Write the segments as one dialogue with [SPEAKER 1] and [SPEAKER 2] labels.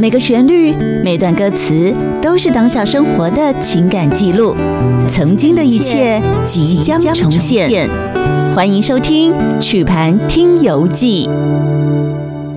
[SPEAKER 1] 每个旋律、每段歌词都是当下生活的情感记录，曾经的一切即将重现。欢迎收听《曲盘听游记》。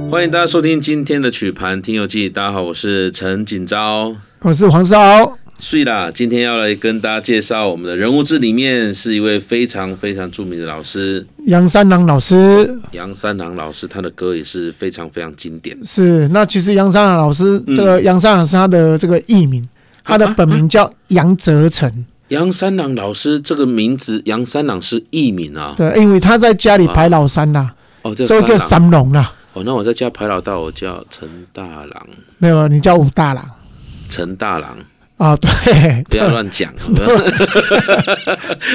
[SPEAKER 2] 欢迎大家收听今天的曲盘听游记。大家好，我是陈锦昭。
[SPEAKER 3] 我是黄少，
[SPEAKER 2] 所以啦，今天要来跟大家介绍我们的人物志里面是一位非常非常著名的老师
[SPEAKER 3] 杨三郎老师
[SPEAKER 2] 杨三郎老师，他的歌也是非常非常经典。
[SPEAKER 3] 是。那其实杨三郎老师，
[SPEAKER 2] 嗯
[SPEAKER 3] 这个杨三郎是他的这个艺名，
[SPEAKER 2] 啊
[SPEAKER 3] 他的本名叫杨泽成。
[SPEAKER 2] 杨三郎老师这个名字，杨三郎是艺名啊。
[SPEAKER 3] 对，因为他在家里排老三啦，
[SPEAKER 2] 哦，这
[SPEAKER 3] 所以
[SPEAKER 2] 三
[SPEAKER 3] 叫
[SPEAKER 2] 郎。
[SPEAKER 3] 三龙啦。
[SPEAKER 2] 哦，那我在家排老大，我叫陈大郎，
[SPEAKER 3] 没有，你叫武大郎
[SPEAKER 2] 陈大郎，
[SPEAKER 3] 啊？ 对，
[SPEAKER 2] 不要乱讲。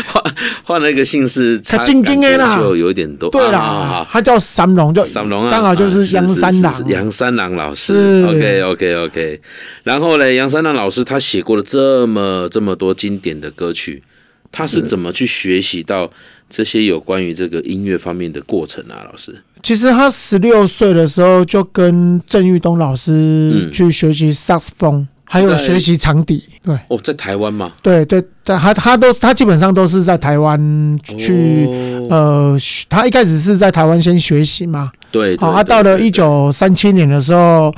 [SPEAKER 2] 换换了一个姓氏，
[SPEAKER 3] 他
[SPEAKER 2] 差
[SPEAKER 3] 进京的啦
[SPEAKER 2] 感觉就有一点多。
[SPEAKER 3] 对
[SPEAKER 2] 啊好好
[SPEAKER 3] 啦，他叫三龙，就
[SPEAKER 2] 三郎啊，
[SPEAKER 3] 呃刚好就是杨三郎
[SPEAKER 2] 是。是是杨三郎老师
[SPEAKER 3] 是
[SPEAKER 2] ，OK OK OK。然后呢，杨三郎老师他写过了这么这么多经典的歌曲，他是怎么去学习到这些有关于这个音乐方面的过程啊？老师，
[SPEAKER 3] 其实他十六岁的时候就跟郑裕东老师
[SPEAKER 2] 嗯
[SPEAKER 3] 去学习萨克斯风，还有
[SPEAKER 2] 在
[SPEAKER 3] 学习长笛。对。
[SPEAKER 2] 哦，在台湾嘛，
[SPEAKER 3] 对对，但他他都他基本上都是在台湾去、
[SPEAKER 2] 哦
[SPEAKER 3] 呃，学他一开始是在台湾先学习嘛，
[SPEAKER 2] 对，
[SPEAKER 3] 好、
[SPEAKER 2] 对
[SPEAKER 3] 哦他到了
[SPEAKER 2] 对
[SPEAKER 3] 一九三七年的时候，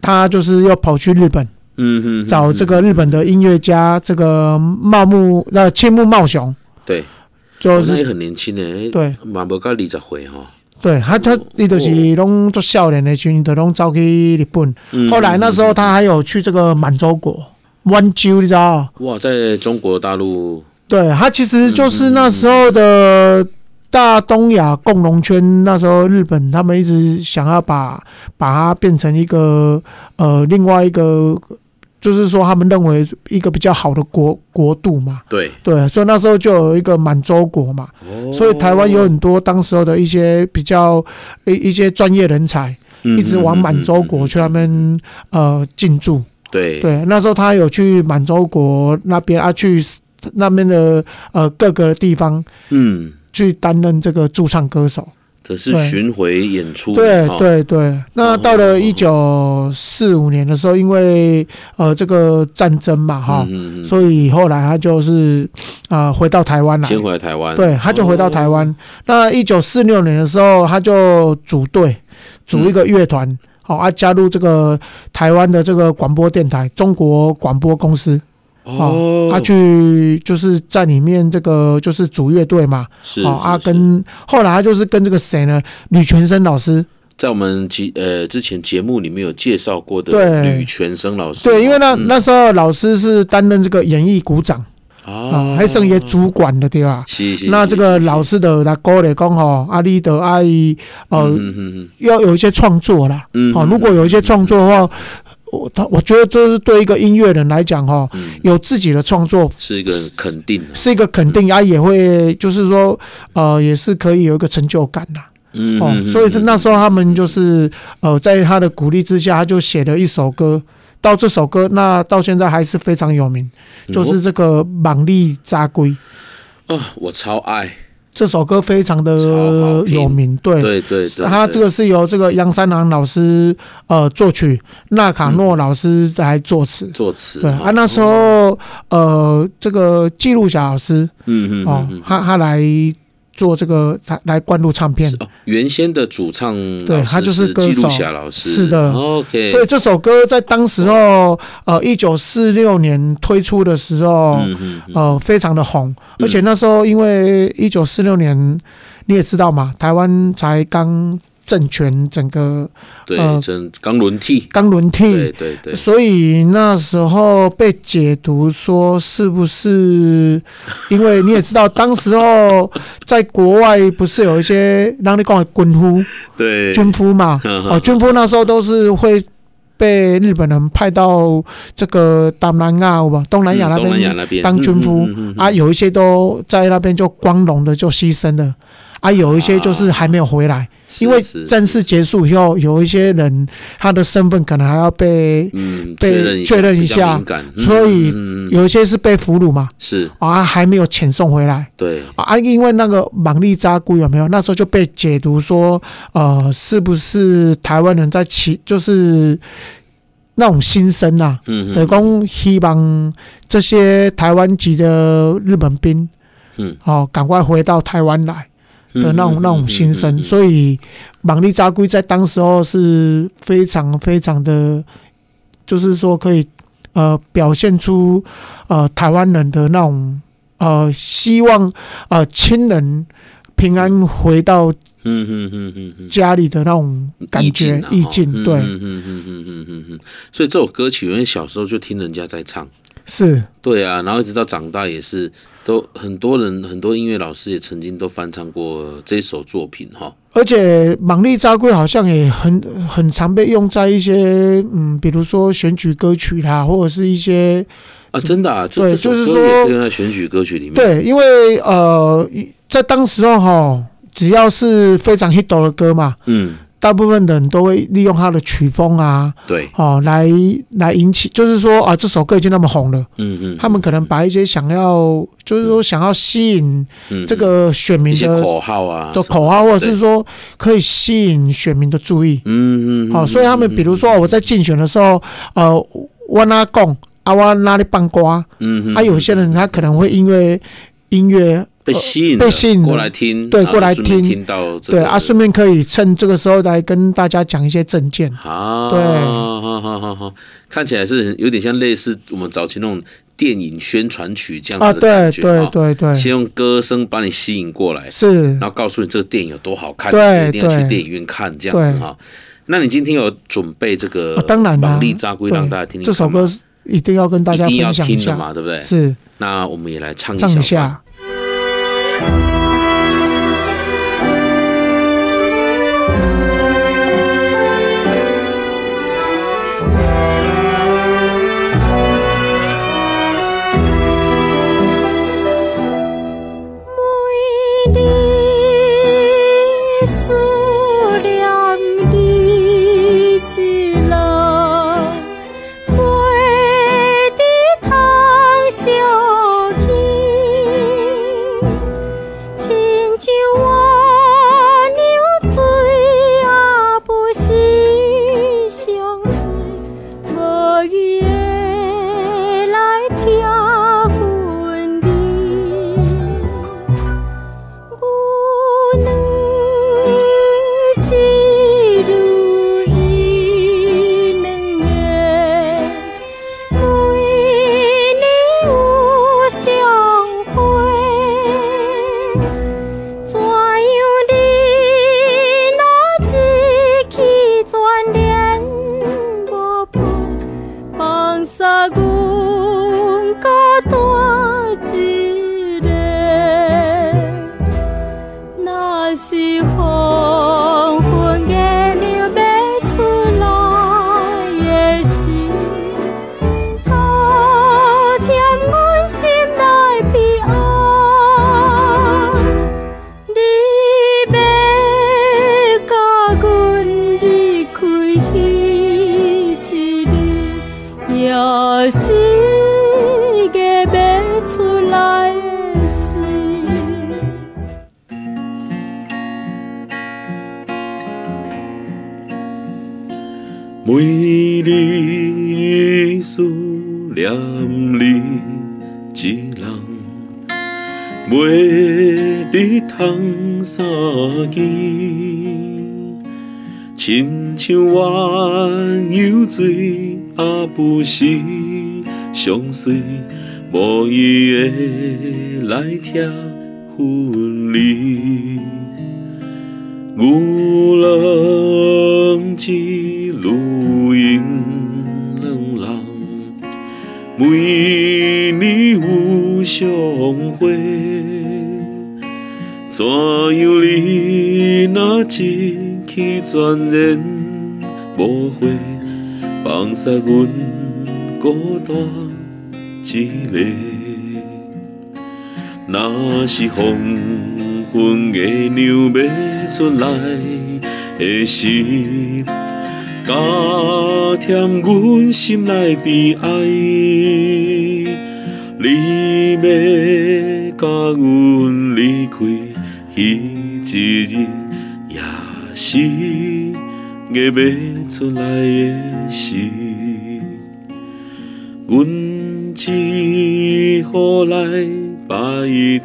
[SPEAKER 3] 他就是又跑去日本
[SPEAKER 2] 嗯哼，
[SPEAKER 3] 找这个日本的音乐家这个茂木那青木茂雄，
[SPEAKER 2] 嗯对，
[SPEAKER 3] 就
[SPEAKER 2] 哦那也
[SPEAKER 3] 是
[SPEAKER 2] 很年轻呢，
[SPEAKER 3] 对，
[SPEAKER 2] 马伯高李十回哈，
[SPEAKER 3] 对他
[SPEAKER 2] 哦
[SPEAKER 3] 他你就是拢做少年的时候，就拢走去日本。
[SPEAKER 2] 嗯
[SPEAKER 3] 后来那时候他还有去这个满洲国。温州，你知道哦？
[SPEAKER 2] 嗯哇，在中国大陆，
[SPEAKER 3] 对，他其实就是那时候的大东亚共荣圈，那时候日本他们一直想要把把它变成一个呃另外一个，就是说他们认为一个比较好的国国度嘛。
[SPEAKER 2] 对，
[SPEAKER 3] 对，所以那时候就有一个满洲国嘛，
[SPEAKER 2] 哦
[SPEAKER 3] 所以台湾有很多当时候的一些比较一一些专业人才，
[SPEAKER 2] 嗯
[SPEAKER 3] 一直往满洲
[SPEAKER 2] 嗯嗯嗯
[SPEAKER 3] 国
[SPEAKER 2] 嗯
[SPEAKER 3] 去那边呃进驻。
[SPEAKER 2] 对
[SPEAKER 3] 对，那时候他有去满洲国那边啊，去那边的呃各个地方
[SPEAKER 2] 嗯。
[SPEAKER 3] 去担任这个驻唱歌手。
[SPEAKER 2] 可是
[SPEAKER 3] 对
[SPEAKER 2] 巡回演出，
[SPEAKER 3] 对
[SPEAKER 2] 哈
[SPEAKER 3] 对对，那到
[SPEAKER 2] 哦
[SPEAKER 3] 了一九四五年的时候，因为呃这个战争嘛哈，
[SPEAKER 2] 嗯嗯嗯
[SPEAKER 3] 所以后来他就是啊、呃回到台湾来。
[SPEAKER 2] 先回来哦台湾，
[SPEAKER 3] 对，他就回到台湾。那一九四六年的时候，他就组队，组一个乐
[SPEAKER 2] 嗯
[SPEAKER 3] 团，好、啊，加入这个台湾的这个广播电台中国广播公司。
[SPEAKER 2] 哦，
[SPEAKER 3] 他去就是在里面这个就是主乐队嘛，
[SPEAKER 2] 是
[SPEAKER 3] 哦啊
[SPEAKER 2] 是是
[SPEAKER 3] 跟后来他就是跟这个谁呢，吕全生老师，
[SPEAKER 2] 在我们节呃之前节目里面有介绍过的
[SPEAKER 3] 对
[SPEAKER 2] 吕全生老师，
[SPEAKER 3] 对，因为那、
[SPEAKER 2] 嗯
[SPEAKER 3] 那时候老师是担任这个演艺股长
[SPEAKER 2] 哦
[SPEAKER 3] 啊，还剩也主管的对吧？
[SPEAKER 2] 是是，
[SPEAKER 3] 那
[SPEAKER 2] 是
[SPEAKER 3] 这个
[SPEAKER 2] 是
[SPEAKER 3] 老师的来哥来讲吼，哦阿丽的爱呃
[SPEAKER 2] 嗯嗯
[SPEAKER 3] 要有一些创作啦，
[SPEAKER 2] 嗯
[SPEAKER 3] 哦，如果有一些创作的话，我他我觉得这是对一个音乐人来讲哈，
[SPEAKER 2] 嗯
[SPEAKER 3] 有自己的创作
[SPEAKER 2] 是一个很肯定的，
[SPEAKER 3] 是一个肯定
[SPEAKER 2] 嗯
[SPEAKER 3] 啊，也会就是说呃也是可以有一个成就感啦。
[SPEAKER 2] 嗯
[SPEAKER 3] 哦，所以那时候他们就是呃，在他的鼓励之下，他就写了一首歌。到这首歌，那到现在还是非常有名，
[SPEAKER 2] 嗯
[SPEAKER 3] 就是这个《莽丽扎龟》
[SPEAKER 2] 哦，啊我超爱，
[SPEAKER 3] 这首歌非常的
[SPEAKER 2] 超好听
[SPEAKER 3] 有名。对，
[SPEAKER 2] 对啊对对，
[SPEAKER 3] 他这
[SPEAKER 2] 个
[SPEAKER 3] 个是由这个杨三郎老师呃作曲，纳卡诺老师来作词。
[SPEAKER 2] 作词，
[SPEAKER 3] 对
[SPEAKER 2] 哈
[SPEAKER 3] 啊，那时，候呃，这个记录侠老师
[SPEAKER 2] 嗯嗯
[SPEAKER 3] 哦
[SPEAKER 2] 嗯，嗯，
[SPEAKER 3] 他他来做这个，他来灌录唱片
[SPEAKER 2] 是。哦，原先的主唱
[SPEAKER 3] 对
[SPEAKER 2] 老师
[SPEAKER 3] 他就是歌
[SPEAKER 2] 记录
[SPEAKER 3] 手
[SPEAKER 2] 侠老师，哦
[SPEAKER 3] 是的
[SPEAKER 2] ，OK，
[SPEAKER 3] 所以这首歌在当时候，呃，一九四六年推出的时候，
[SPEAKER 2] 嗯嗯嗯
[SPEAKER 3] 呃，非常的红，而且那时候因为一九四六年，你也知道嘛，台湾才刚政权整个
[SPEAKER 2] 对，
[SPEAKER 3] 呃
[SPEAKER 2] 真刚轮替，
[SPEAKER 3] 刚轮
[SPEAKER 2] 对
[SPEAKER 3] 替，
[SPEAKER 2] 对对，
[SPEAKER 3] 所以那时候被解读说是不是，因为你也知道，当时候在国外不是有一些让你讲的军夫。
[SPEAKER 2] 对，
[SPEAKER 3] 军 夫嘛，
[SPEAKER 2] 嗯
[SPEAKER 3] 哦，军夫那时候都是会被日本人派到这个东南亚吧，东南亚那
[SPEAKER 2] 嗯东南亚
[SPEAKER 3] 边
[SPEAKER 2] 那边
[SPEAKER 3] 当军
[SPEAKER 2] 嗯
[SPEAKER 3] 夫
[SPEAKER 2] 嗯嗯嗯嗯
[SPEAKER 3] 啊，有一些都在那边就光荣的就牺牲了。啊，有一些就是还没有回来，
[SPEAKER 2] 啊是
[SPEAKER 3] 因为
[SPEAKER 2] 是
[SPEAKER 3] 战事结束以后，有一些人他的身份可能还要被，
[SPEAKER 2] 嗯确
[SPEAKER 3] 被确
[SPEAKER 2] 认
[SPEAKER 3] 认
[SPEAKER 2] 一
[SPEAKER 3] 一
[SPEAKER 2] 下
[SPEAKER 3] 下
[SPEAKER 2] 比较敏感，
[SPEAKER 3] 所以
[SPEAKER 2] 嗯嗯嗯嗯
[SPEAKER 3] 有一些是被俘虏嘛，
[SPEAKER 2] 是
[SPEAKER 3] 啊，还没有遣送回来。
[SPEAKER 2] 对
[SPEAKER 3] 啊，因为那个莽利扎古有没有？那时候就被解读说，呃，是不是台湾人在起就是那种心声呐、
[SPEAKER 2] 嗯
[SPEAKER 3] 对，
[SPEAKER 2] 嗯
[SPEAKER 3] 讲希望这些台湾籍的日本兵，
[SPEAKER 2] 嗯，
[SPEAKER 3] 哦，赶快回到台湾来的那种、那种心声。
[SPEAKER 2] 以
[SPEAKER 3] 所以，莽利扎龟在当时候是非常非常的，就是说可以呃表现出呃台湾人的那种呃希望呃亲人平安回到
[SPEAKER 2] 嗯嗯嗯嗯嗯。
[SPEAKER 3] 家里的那种感觉
[SPEAKER 2] 意
[SPEAKER 3] 意
[SPEAKER 2] 境啊
[SPEAKER 3] 境，
[SPEAKER 2] 哦
[SPEAKER 3] 对，
[SPEAKER 2] 嗯嗯嗯嗯嗯嗯嗯，所以这首歌曲，因为小时候就听人家在唱，
[SPEAKER 3] 是
[SPEAKER 2] 对啊，然后一直到长大也是，都很多人很多音乐老师也曾经都翻唱过这首作品哈。
[SPEAKER 3] 而且莽利扎龟好像也很很常被用在一些嗯，比如说选举歌曲啦，或者是一些
[SPEAKER 2] 啊，真的啊，这
[SPEAKER 3] 对
[SPEAKER 2] 这首
[SPEAKER 3] 就是
[SPEAKER 2] 歌
[SPEAKER 3] 说
[SPEAKER 2] 也可以用在选举歌曲里面。
[SPEAKER 3] 对，因为呃，在当时候哈，只要是非常 hit 的歌嘛，
[SPEAKER 2] 嗯，
[SPEAKER 3] 大部分的人都会利用它的曲风啊，
[SPEAKER 2] 对，
[SPEAKER 3] 哦，来来引起，就是说啊，这首歌已经那么红了，
[SPEAKER 2] 嗯嗯，
[SPEAKER 3] 他们可能把一些想要，就是说想要吸引
[SPEAKER 2] 嗯
[SPEAKER 3] 这个选
[SPEAKER 2] 嗯一
[SPEAKER 3] 民
[SPEAKER 2] 些
[SPEAKER 3] 的
[SPEAKER 2] 口号啊
[SPEAKER 3] 的
[SPEAKER 2] 什么
[SPEAKER 3] 口号，或者
[SPEAKER 2] 对
[SPEAKER 3] 是说可以吸引选民的注意。
[SPEAKER 2] 嗯嗯嗯，
[SPEAKER 3] 哦，所以他们比如说我在竞选的时候，呃，我哪讲啊，我哪里帮瓜，
[SPEAKER 2] 嗯，嗯，
[SPEAKER 3] 啊，有些人他可能会因为音乐，
[SPEAKER 2] 被吸引了
[SPEAKER 3] 被吸引了
[SPEAKER 2] 过来听，
[SPEAKER 3] 对
[SPEAKER 2] 然后
[SPEAKER 3] 过来
[SPEAKER 2] 顺便
[SPEAKER 3] 听
[SPEAKER 2] 听到这个
[SPEAKER 3] 对啊，顺便可以趁这个时候来跟大家讲一些证件，
[SPEAKER 2] 啊，
[SPEAKER 3] 对
[SPEAKER 2] 好好好好，看起来是很有点像类似我们早期那种电影宣传曲这
[SPEAKER 3] 啊，
[SPEAKER 2] 样子的
[SPEAKER 3] 对
[SPEAKER 2] 感觉
[SPEAKER 3] 对
[SPEAKER 2] 哦
[SPEAKER 3] 对对，
[SPEAKER 2] 先用歌声把你吸引过来，
[SPEAKER 3] 是
[SPEAKER 2] 然后告诉你这个电影有多好看，
[SPEAKER 3] 对
[SPEAKER 2] 你一定要去
[SPEAKER 3] 对
[SPEAKER 2] 电影院看这样子
[SPEAKER 3] 对
[SPEAKER 2] 哈。那你今天有准备这个
[SPEAKER 3] 啊当然啦
[SPEAKER 2] 芒利扎龟
[SPEAKER 3] 对
[SPEAKER 2] 让大家听听
[SPEAKER 3] 这首
[SPEAKER 2] 看吗
[SPEAKER 3] 歌是一定要跟大家
[SPEAKER 2] 一定要
[SPEAKER 3] 分享
[SPEAKER 2] 听的
[SPEAKER 3] 下，
[SPEAKER 2] 嘛，对不对？
[SPEAKER 3] 是
[SPEAKER 2] 那我们也来唱
[SPEAKER 3] 唱一
[SPEAKER 2] 一
[SPEAKER 3] 下
[SPEAKER 2] 吧。。
[SPEAKER 4] 每日思念你一人，陪你通相见，亲像我流水也不是相随，无意的来拆分你。牛两一如伊两个，每日有相会，怎样你若一去全然无陪，放下阮孤单一个？那是黄昏月亮要出来的时，勾添阮心内悲哀。你要甲阮离开迄一日，也是月要出来的时。
[SPEAKER 2] 每日思念你一人，袂得通相见，亲像鸳游水啊，不是相随，无意的来拆分离。牛郎织女银两人，每年有相会。怎样你若一去全然无回，放下阮孤单一个。若是黄昏月亮要出来的时，加添阮心内悲哀。你要甲阮离开，彼一日也是月要出来的时。阮只好来拜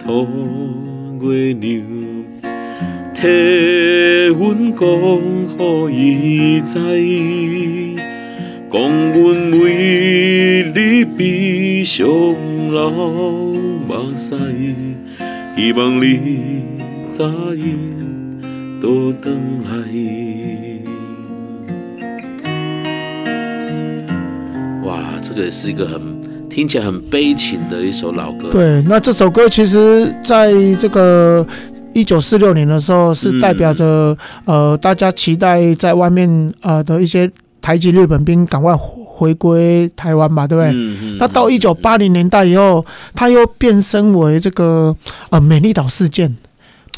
[SPEAKER 2] 托月娘，替阮讲予伊知，讲阮为你悲伤流目屎，希望你早日倒转来。哇，这个也是一个很听起来很悲情的一首老歌。，
[SPEAKER 3] 对，那这首歌其实在这个一九四六年的时候，
[SPEAKER 2] 嗯
[SPEAKER 3] 是代表着、呃大家期待在外面呃的一些台籍日本兵赶快回归台湾吧，对不对？
[SPEAKER 2] 嗯嗯
[SPEAKER 3] 那到一九八零年代以后，它又变身为这个呃美丽岛事件。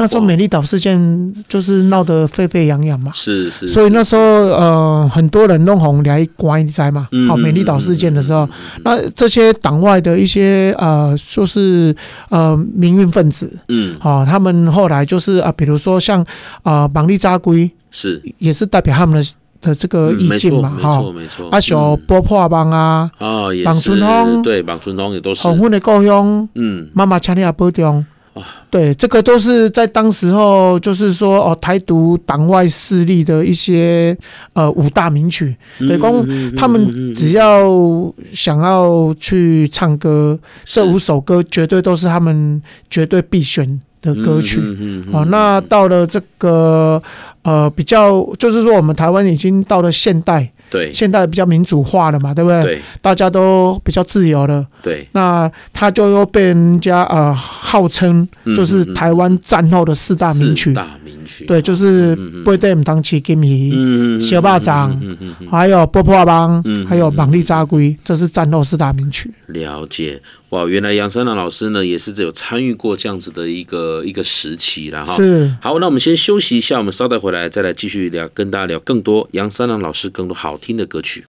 [SPEAKER 3] 那时候
[SPEAKER 2] 哇
[SPEAKER 3] 美丽岛事件就是闹得沸沸扬扬嘛，
[SPEAKER 2] 是是，
[SPEAKER 3] 所以那时候呃很多人弄红来关在嘛。
[SPEAKER 2] 嗯
[SPEAKER 3] 好，美丽岛事件的时候，，那这些党外的一些呃，就是呃民运分子
[SPEAKER 2] 嗯，嗯
[SPEAKER 3] 啊、他们后来就是啊、比如说像啊、呃、绑利扎圭
[SPEAKER 2] 是
[SPEAKER 3] 也是代表他们的的这个
[SPEAKER 2] 嗯
[SPEAKER 3] 意
[SPEAKER 2] 没
[SPEAKER 3] 见
[SPEAKER 2] 错
[SPEAKER 3] 嘛，
[SPEAKER 2] 没
[SPEAKER 3] 哈、
[SPEAKER 2] 错没错。
[SPEAKER 3] 啊，小
[SPEAKER 2] 嗯
[SPEAKER 3] 波破帮啊，
[SPEAKER 2] 啊，也
[SPEAKER 3] 绑
[SPEAKER 2] 是
[SPEAKER 3] 春风
[SPEAKER 2] 对，绑春通也都是
[SPEAKER 3] 红，婚的故乡，
[SPEAKER 2] 嗯，
[SPEAKER 3] 妈妈强烈保重
[SPEAKER 2] 哇。
[SPEAKER 3] 对，这个都是在当时候，就是说哦，台独党外势力的一些呃五大名曲，对
[SPEAKER 2] 嗯
[SPEAKER 3] 讲
[SPEAKER 2] 嗯嗯嗯
[SPEAKER 3] 他
[SPEAKER 2] 嗯
[SPEAKER 3] 们
[SPEAKER 2] 嗯
[SPEAKER 3] 只要想要去唱歌，这五首歌绝对都是他们绝对必选的歌曲。
[SPEAKER 2] 嗯嗯嗯嗯
[SPEAKER 3] 哦，那到了这个呃比较，就是说我们台湾已经到了现代，
[SPEAKER 2] 对
[SPEAKER 3] 现代比较民主化了嘛，对不对？
[SPEAKER 2] 对
[SPEAKER 3] 大家都比较自由了，
[SPEAKER 2] 对，
[SPEAKER 3] 那他就又被人家呃号称
[SPEAKER 2] 嗯
[SPEAKER 3] 就是
[SPEAKER 2] 嗯嗯
[SPEAKER 3] 台湾战后的四大名曲
[SPEAKER 2] 四，大名曲，
[SPEAKER 3] 对，就是
[SPEAKER 2] 嗯嗯嗯
[SPEAKER 3] 《不对当起金鱼》。
[SPEAKER 2] 嗯嗯
[SPEAKER 3] 小巴掌
[SPEAKER 2] 嗯嗯嗯嗯
[SPEAKER 3] 还有波波邦
[SPEAKER 2] 嗯，
[SPEAKER 3] 还有绑利扎龟，这是战斗四大名曲。
[SPEAKER 2] 了解哇，原来杨三郎老师呢也是有参与过这样子的一个一个时期啦哈。
[SPEAKER 3] 是，
[SPEAKER 2] 好，那我们先休息一下，我们稍待回来再来继续聊，跟大家聊更多杨三郎老师更多好听的歌曲。